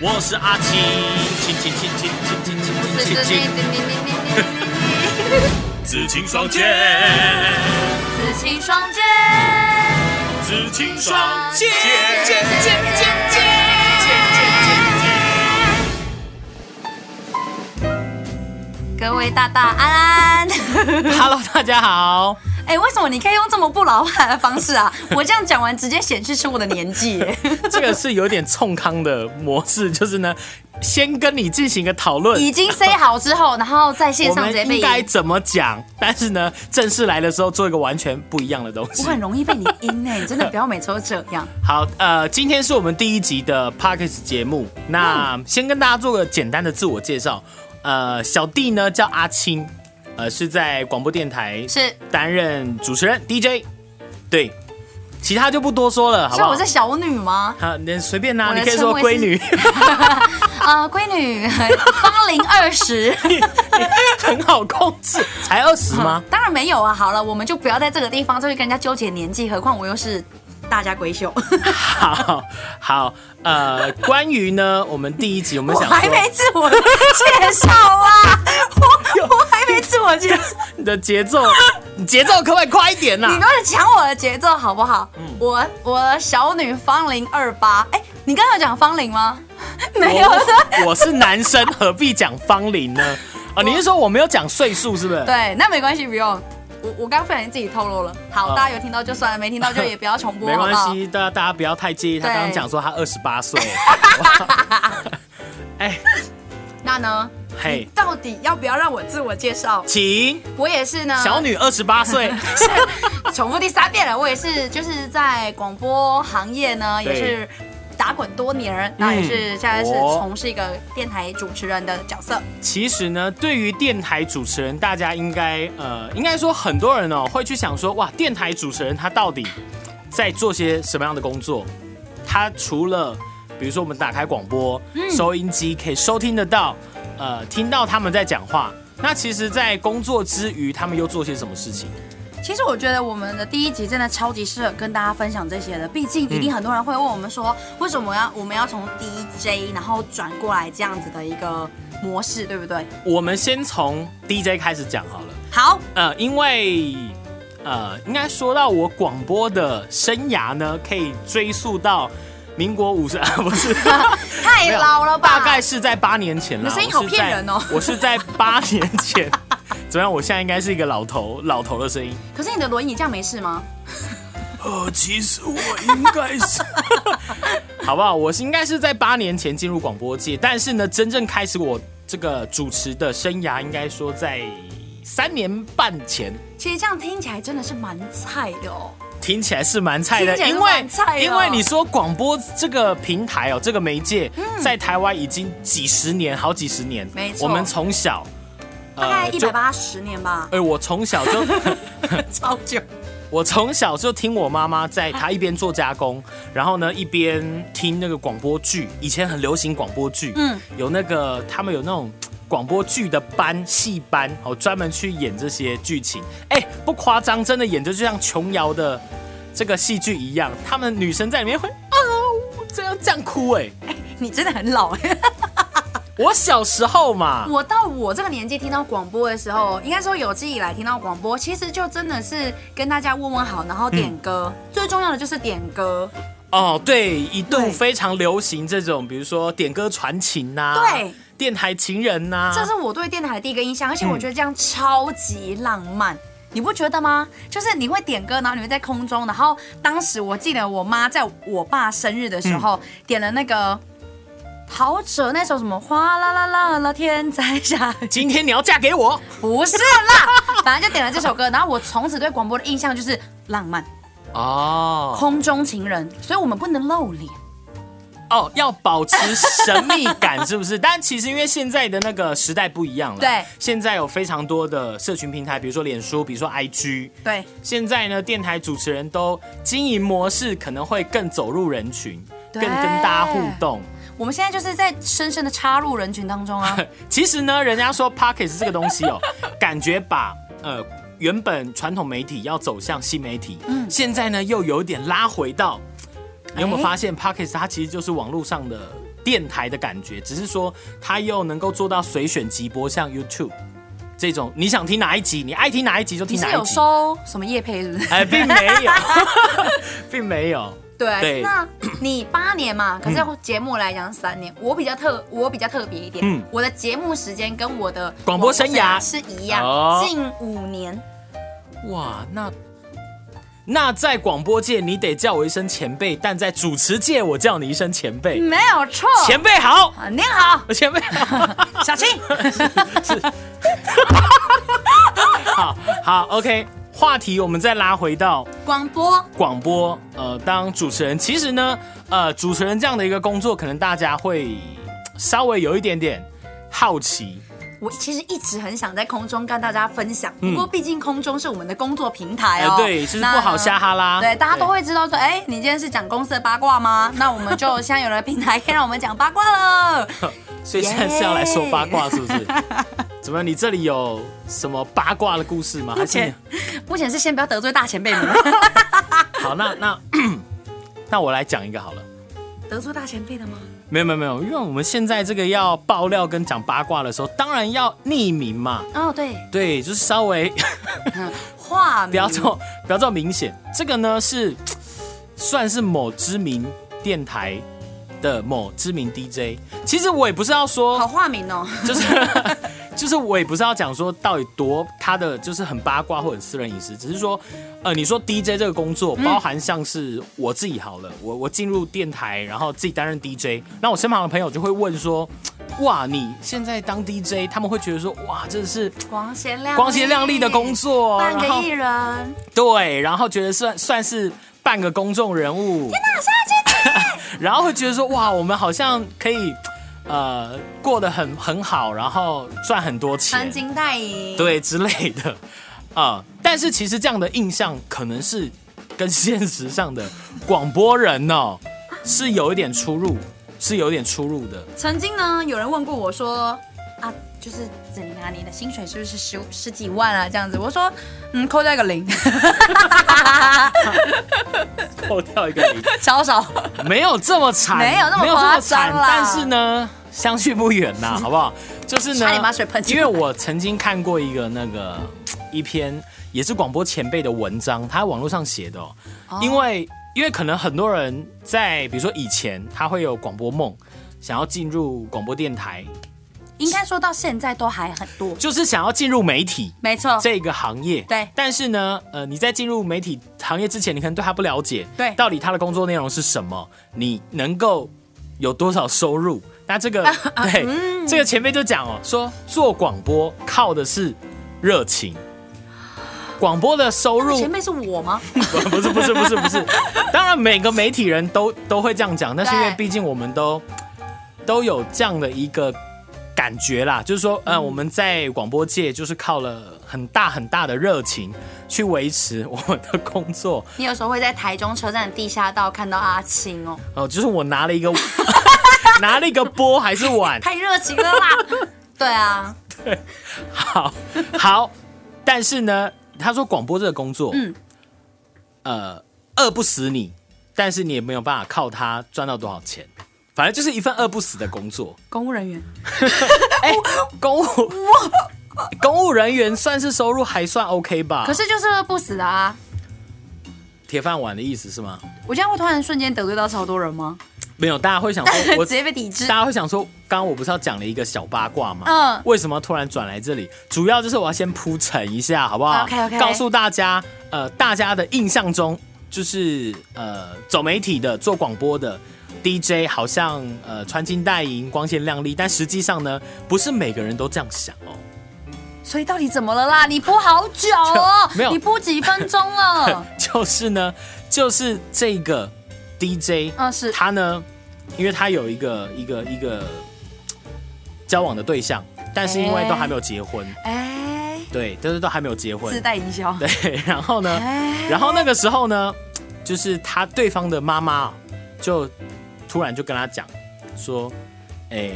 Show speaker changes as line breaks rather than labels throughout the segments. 我是阿青，青青青青青青青青青青，紫青双剑，
紫青双剑，
紫青
双剑
剑剑剑剑剑
各位大大安安。
Hello，大家好，
哎、为什么你可以用这么不老派的方式啊？我这样讲完，直接显示出我的年纪耶。
这个是有点冲康的模式，就是呢，先跟你进行一个讨论，
已经 say 好之后，然后在线
我
上
们
直接被
应该
赢。
怎么讲，但是呢，正式来的时候做一个完全不一样的东
我
西。
很容易被你阴呢、你真的不要每次都这样。
好，呃，今天是我们第一集的 Parkes 节目，那先跟大家做个简单的自我介绍。呃，小弟呢叫阿青，呃，是在广播电台
是，
担任主持人 DJ，对，其他就不多说了，好
所
不
以
好
我是？小女吗？
好，你随便啦、
我的
你可以说
称谓
闺
是
女，
啊、闺女，芳龄二十。
很好控制，才二十吗？
当然没有啊。好了，我们就不要在这个地方再去跟人家纠结年纪，何况我又是大家闺秀，
好好，呃，关于呢，我们第一集我们
我
想
还
说
没自我介 绍啊，我我还没自我介绍。
你的节奏，你节奏可不可以快一点啊呐、
你都是抢我的节奏好不好？
嗯
我我小女芳龄二八，哎，你刚刚有讲芳龄 吗？没
哦
有的。
我我是男生，何必讲芳龄呢？啊，你是说我没有讲岁数是不是？
对，那没关系，不用。我我刚不小心自己透露了。好，
哦
大家有听到就算了，没听 到就也不要重播，
没
好不
关
好？
系，大家大家不要太介意。他
啊对
刚刚讲说他二十八岁，哎
那呢，
嘿，
到底要不要让我自我介绍？
请
我也是呢，
小女二十八 岁，
重复第三遍了。我也是，就是在广播行业呢，也
对
是打滚多年，那也是现在是
哦
从事一个电台主持人的角色。
其实呢，对于电台主持人，大家应该呃，应该说很多人哦、会去想说，哇，电台主持人他到底在做些什么样的工作？他除了比如说我们打开广播、收音机可以收听得到，呃，听到他们在讲话。那其实，在工作之余，他们又做些什么事情？
其实我觉得我们的第一集真的超级适合跟大家分享这些的，毕竟一定很多人会问我们说，为什么要我们要从 DJ 然后转过来这样子的一个模式，对不对？
我们先从 DJ 开始讲好了。
好，
呃，因为呃，应该说到我广播的生涯呢，可以追溯到民国五十，啊 不 是，
太老了吧？
大概是在八年前
你
了。
的声音好
我是在
骗人哦
我是在八年前， 怎么样？我现在应该是一个老头，老头的声音。
可是你的轮椅这样没事吗？
呃，其实我应该是， 好不好？我是应该是在八年前进入广播界，但是呢，真正开始我这个主持的生涯，应该说在三年半前。
其实这样听起来真的是蛮菜的哦。
听起来是蛮菜的，
听起来
因
是
为
蛮菜的
因为你说广播这个平台哦，这个媒介在台湾已经几十年，好几十年，
嗯没错
我们从小，
大概一
就
百，八十年吧，
哎，我从小就
超久。
我从小就听我妈妈在她一边做加工，然后呢一边听那个广播剧，以前很流行广播剧，
嗯，
有那个他们有那种。广播剧的班戏班哦，专门去演这些剧情，哎、不夸张，真的演的就像琼瑶的这个戏剧一样，他们女生在里面会啊这样这样哭哎、
你真的很老哎、
我小时候嘛，
我到我这个年纪听到广播的时候，应该说有记忆以来听到广播，其实就真的是跟大家问问好，然后点歌，最重要的就是点歌。
哦对，一度
对
非常流行这种，比如说点歌传情呐、
对，
电台情人啊呐、
这是我对电台的第一个印象，而且我觉得这样超级浪漫。你不觉得吗？就是你会点歌，然后你会在空中，然后当时我记得我妈在我爸生日的时候、点了那个陶喆那首什么哗啦啦啦啦天在下雨，
今天你要嫁给我，
不是啦，反正就点了这首歌，然后我从此对广播的印象就是浪漫。
哦
空中情人，所以我们不能露脸。
哦，要保持神秘感， 是不是？但其实因为现在的那个时代不一样了，
对
现在有非常多的社群平台，比如说脸书，比如说 IG。
对，
现在呢，电台主持人都经营模式可能会更走入人群，更
对
跟大家互动。
我们现在就是在深深的插入人群当 中啊。
其实呢，人家说 Pocket 这个东 西哦，感觉把呃原本传统媒体要走向新媒体，现在呢又有点拉回到，你有没有
嗯哎
发现 Pocket 它其实就是网络上的电台的感觉，只是说它又能够做到随选集播，像 YouTube 这种，你想听哪一集，你爱听哪一集就
你
听
是
哪一
有
集。
收什么叶配是不是？
哎，并没 有，并没有。
对，
对嗯
那你八年嘛，可是节目来讲是三年，我比较特，我比较特别一点，
嗯
我的节目时间跟我的
广播生涯
是一样，
哦
近五年。
哇，那那在广播界你得叫我一声前辈，但在主持界我叫你一声前辈，
没有错。
前辈好，
啊，您嗯好，
前辈好，
小青。
好好，OK。话题我们再拉回到
广播
广播，呃，当主持人，其实呢，呃，主持人这样的一个工作，可能大家会嘖稍微有一点点好奇，
我其实一直很想在空中跟大家分享，不过毕竟空中是我们的工作平台哦，
呃，嗯对，就是不好瞎
瞎。
哈拉，
对，大家都会知道说，哎、你今天是讲公司的八 卦吗？那我们就现在有了平台，可以让我们讲八卦了。
对， 所以现在是要来说八卦，是不是？怎么，你这里有什么八卦的故事吗？还是你
目前是先不要得罪大前辈 们，
好，那那 那我来讲一个好了。
得罪大前辈了吗？
没有没有没有，因为我们现在这个要爆料跟讲八卦的时候，当然要匿名嘛。
哦，对，
对，就是稍微
嗯化名
不要这么不要这么明显。这个呢是算是某知名电台的某知名 DJ。其实我也不是要说
好化名哦，
就是 就是我也不是要讲说到底多他的就是很八卦或很私人隐私，只是说，呃，你说 DJ 这个工
嗯
作包含像是我自己好了，我我进入电台，然后自己担任 DJ，那我身旁的朋友就会问说，哇，你现在当 DJ，他们会觉得说，哇，这是
光鲜亮丽
光鲜亮丽的工，作，哦
半
然
个
后
艺人，
对，然后觉得算算是半个公众人物。天哪，然后会觉得说，哇，我们好像可以，呃，过得很很好，然后赚很多
穿
钱，
金戴银，，
对之类的，啊、但是其实这样的印象可能是跟现实上的广播人哦是有一点出入，是有一点出入的。
曾经呢，有人问过我说啊，就是怎么样，你的薪水是不是十十几万啊？这样子，我说嗯，扣掉一个 零，
扣掉一个零，
少少。
没有这么惨，
没有那么
没有这
夸
么
张
惨，
啦
但是呢，相去不远 呐，好不好？就是呢，
差点把水喷出
因
来
为我曾经看过一个那个一篇也是广播前辈的文章，他在网络上写的、哦，因为因为可能很多人在比如说以前他会有广播梦，想要进入广播电台，
应该说到现在都还很多，
就是想要进入媒体，
没错，
这个行业。
哦对
但是呢，呃，你在进入媒体行业之前，你可能对他不了解，
对
到底他的工作内容是什么，你能够有多少收入？那 这个，
嗯
对，这个前辈就讲哦，说做广播靠的是热情，广播的收入
哎前辈是我吗？
不是不是不是不是，当然每个媒体人都都会这样讲，但是因为
对
毕竟我们都都有这样的一个感觉啦，就是说，呃，我们在广播界就是靠了很大很大的热情去维持我们的工作，
你有时候会在台中车站的地下道看到阿青哦，
哦、就是我拿了一个 拿了一个钵还是碗，
太热情了 啦。对啊，
好好，但是呢，他说广播这个工作，
嗯
嗯，呃，饿不死你，但是你也没有办法靠它赚到多少钱，反正就是一份饿不死的工作。
公务人员
哎、 公务 公务人员算是收入还算 OK 吧？
可是就是饿不死的啊。
铁饭碗的意思是吗？
我这样会突然瞬间得罪到超多人吗？
没有，大家会想说 我
直接被抵制。
大家会想说，刚刚我不是要讲了一个小八卦吗？
嗯
为什么突然转来这里？主要就是我要先铺陈一下，好不好
哦 OK，OK
告诉大家，呃，大家的印象中，就是呃，走媒体的、做广播的 DJ，好像呃穿金戴银、光鲜亮丽，但实际上呢，不是每个人都这样想哦。
所以到底怎么了啦？你播好久哦，
没有？
你播几分钟了
就是呢，就是这个 DJ，
嗯，是
他呢，因为他有一个一个一个交往的对象，但是因为都还没有结婚。
哎，
对，但是都还没有结
自
婚。
带营销。
对，然后呢，
哎
然后那个时候呢，就是他对方的妈妈就突然就跟他讲说，哎、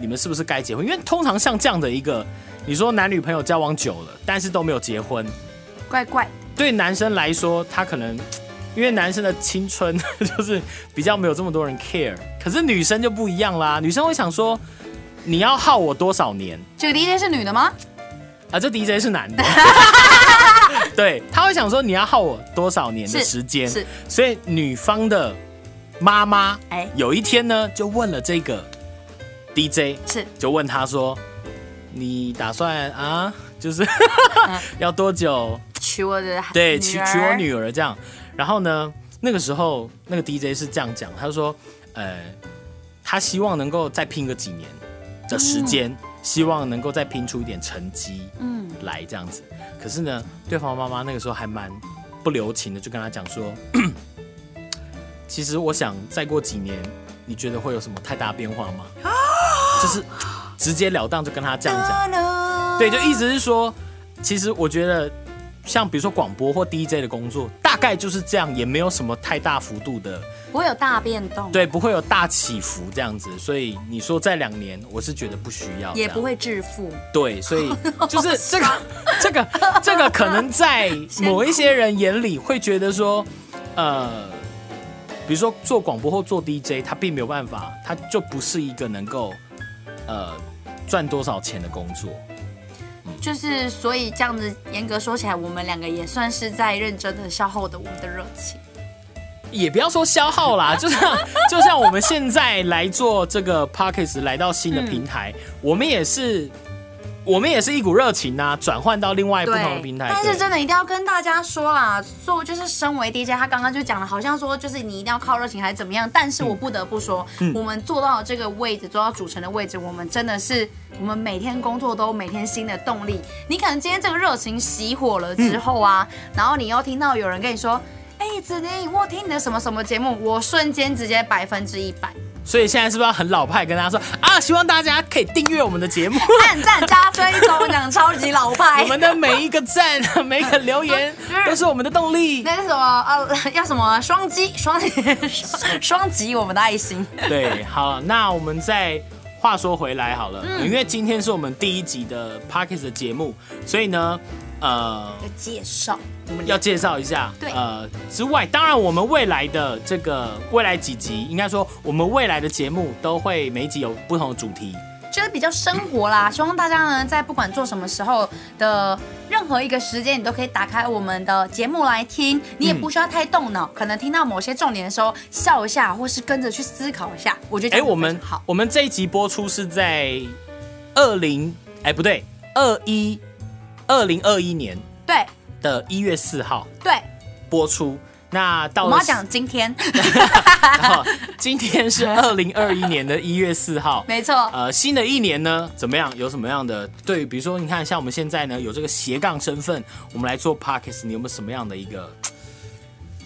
你们是不是该结婚？因为通常像这样的一个，你说男女朋友交往久了，但是都没有结婚，
怪怪，
对男生来说，他可能因为男生的青春 就是比较没有这么多人 care，可是女生就不一样啦，女生会想说你要耗我多少年
这个 DJ 是女的吗？
啊？这 DJ 是男 的，对，他会想说你要耗我多少年的
是
时间，
是
所以女方的妈妈
哎
有一天呢就问了这个 DJ，
是，
就问他说你打算啊，就是
嗯
要多久？
娶我的
对，
女
娶
儿
娶我女儿这样。然后呢，那个时候那个 DJ 是这样讲，他说，呃，他希望能够再拼个几年的时间，希望能够再拼出一点成绩
嗯，
来这样子。可是呢，对方妈妈那个时候还蛮不留情的，就跟他讲说， 其实我想再过几年，你觉得会有什么太大变化 吗？就是直截了当就跟他这样讲。对，就意思是说，其实我觉得，像比如说广播或 DJ 的工作，大概就是这样，也没有什么太大幅度的，
不会有大变动，，
对，不会有大起伏这样子。所以你说在两年，我是觉得不需要，
也不会致富。
对，所以就是这个这个这个，可能在某一些人眼里会觉得说，呃。比如说做广播或做 DJ，他并没有办法，他就不是一个能够，呃，赚多少钱的工作。
就是所以这样子严格说起来，我们两个也算是在认真的消耗的我们的热情。
也不要说消耗啦，就像就像我们现在来做这个 p o c k e t 来到新的平台，我们也是我们也是一股热情呐、转换到另外不同的平台。
但是
对
真的一定要跟大家说啦，做就是身为 DJ，他刚刚就讲了，好像说就是你一定要靠热情还是怎么样，但是我不得不说，
嗯
我们做到这个位置，做到主持人的位置，我们真的是我们每天工作都有每天新的动力。你可能今天这个热情熄火了之后啊，
嗯
然后你又听到有人跟你说。哎、子宁，我听你的什么什么节目，我瞬间直接百分之一百，
所以现在是不是要很老派跟大家说啊？希望大家可以订阅我们的节目，
按赞加追踪，讲超级老 派。
我们的每一个赞、每一个留言都是我们的动力。
那是什么啊？要什么双击双 双双击我们的爱心？
对，好，那我们再话说回来好了，因为今天是我们第一集的 p o c k e t 的节目，所以呢，呃，
要介绍我们
要介绍一下，
对
呃，之外，当然我们未来的这个未来几集，应该说我们未来的节目都会每一集有不同的主题，
就是比较生活啦。希望大家呢，在不管做什么时候的任何一个时间，你都可以打开我们的节目来听。你也不需要太动脑，可能听到某些重点的时候笑一下，或是跟着去思考一下。我觉得
哎、
这样
我们
非常好
我们这一集播出是在二零，哎，不对，二一二零二一年
对
的一月四号
对，
播出。那到
我
了
们要讲今天，
然后今天是二零二一年的一月四号，
没错，
呃，新的一年呢，怎么样？有什么样的对？比如说，你看，像我们现在呢，有这个斜杠身份，我们来做 podcast，你有没有什么样的一个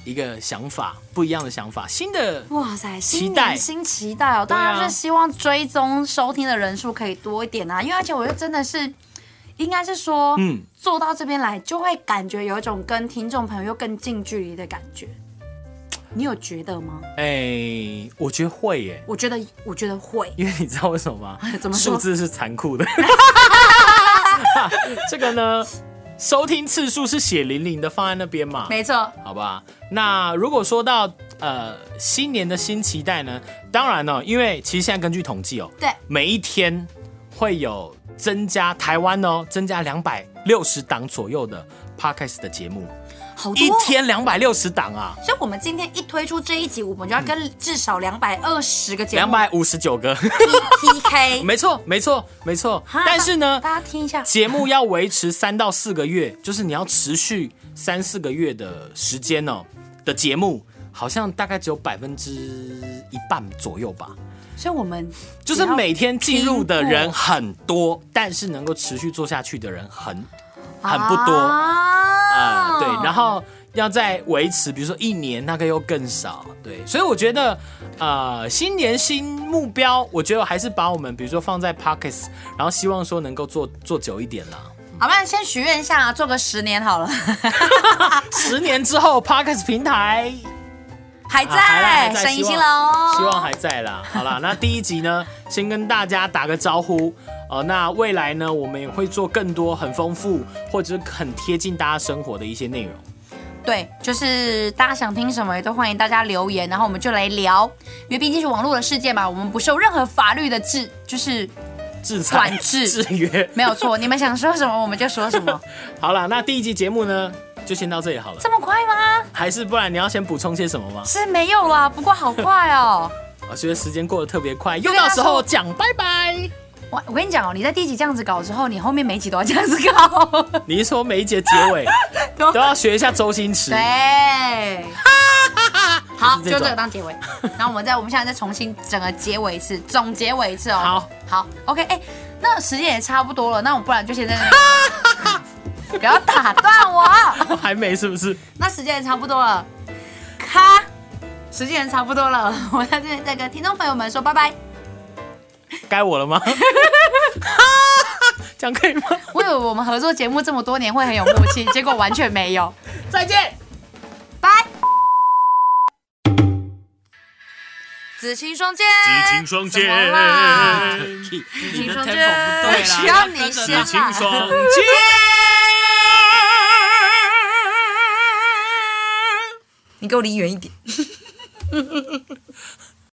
一个想法？不一样的想法，新的
哇塞，
期
新
待
年新期待哦！
对
当
啊
然是希望追踪收听的人数可以多一点啊，因为而且我觉得真的是，应该是说，
嗯
嗯，做到这边来就会感觉有一种跟听众朋友又更近距离的感觉。你有觉得吗？
哎、我觉得会耶，
我觉得，我觉得会。
因为你知道为什么 吗？
怎么说
数字是残酷的。 这个呢，收听次数是血淋淋的放在那边嘛，
没错，
好吧？那如果说到呃新年的新期待呢，当然呢、因为其实现在根据统计哦，
对，
每一天会有增加台湾哦，增加两百六十档左右的 podcast 的节目，
好多
一
哦。
天两百六十档啊，
所以，我们今天一推出这一集，我们就要跟至少两百二十个节
两
目
百五十九个，
PK。
没错，没错，没错
哈。
但是呢，
大家听一下，
节目要维持三到四个月，就是你要持续三四个月的时间哦的节目，好像大概只有百分之一半左右吧。
所以我们
就是
只要
每天进入的
听
人
过
很多，但是能够持续做下去的人很很不多。
啊
呃，对，然后要再维持，比如说一年，那个又更少，对，所以我觉得，呃，新年新目标，我觉得还是把我们，比如说放在 Pockets，然后希望说能够做做久一点啦。
好吧，先许愿一下，做个十年 好了，
十年之 后 Pockets 平台
还
啊还在还
在，
在
生意
希望
兴隆哦，
希望还在啦。好啦，那第一集呢， 先跟大家打个招呼。呃，那未来呢，我们也会做更多很丰富或者是很贴近大家生活的一些内容。
对，就是大家想听什么也都欢迎大家留言，然后我们就来聊，因为毕竟是网络的世界嘛，我们不受任何法律的制，就是
制裁、
管制
制约。
没有错，你们想说什么我们就说 什么，
好了，那第一集节目呢，就先到这里好了。
这么快吗？
还是不然你要先补充些什么吗？
是没有啦，不过好快哦。
我觉得时间过得特别快，又
跟大
到
家
时
说
候讲拜拜。
我我跟你讲哦，你在第一集这样子搞之后，你后面每一集都要这样子搞。
你是说每一节结尾
都
都要学一下周星驰？
啊对， 好，
就是这
就
种
这个当结尾。然后我们再，我们现在再重新整个结尾一次，总结尾一次哦。
好，
好，OK，哎、那时间也差不多了，那我不然就先在那 里，不要打断我。
我还没是不是？
那时间也差不多了，咔，时间也差不多了，我在这里再跟听众朋友们说拜拜。
该我 了吗？这样可以吗？
我以为我们合作节目这么多年会很有默 契，结果完全没有。
再见。
拜。紫青双剑，
紫青双剑
怎么啦
紫
青双剑
需
需
要
要
你
你
先
先。啊
紫青双剑。
你给我离远一点。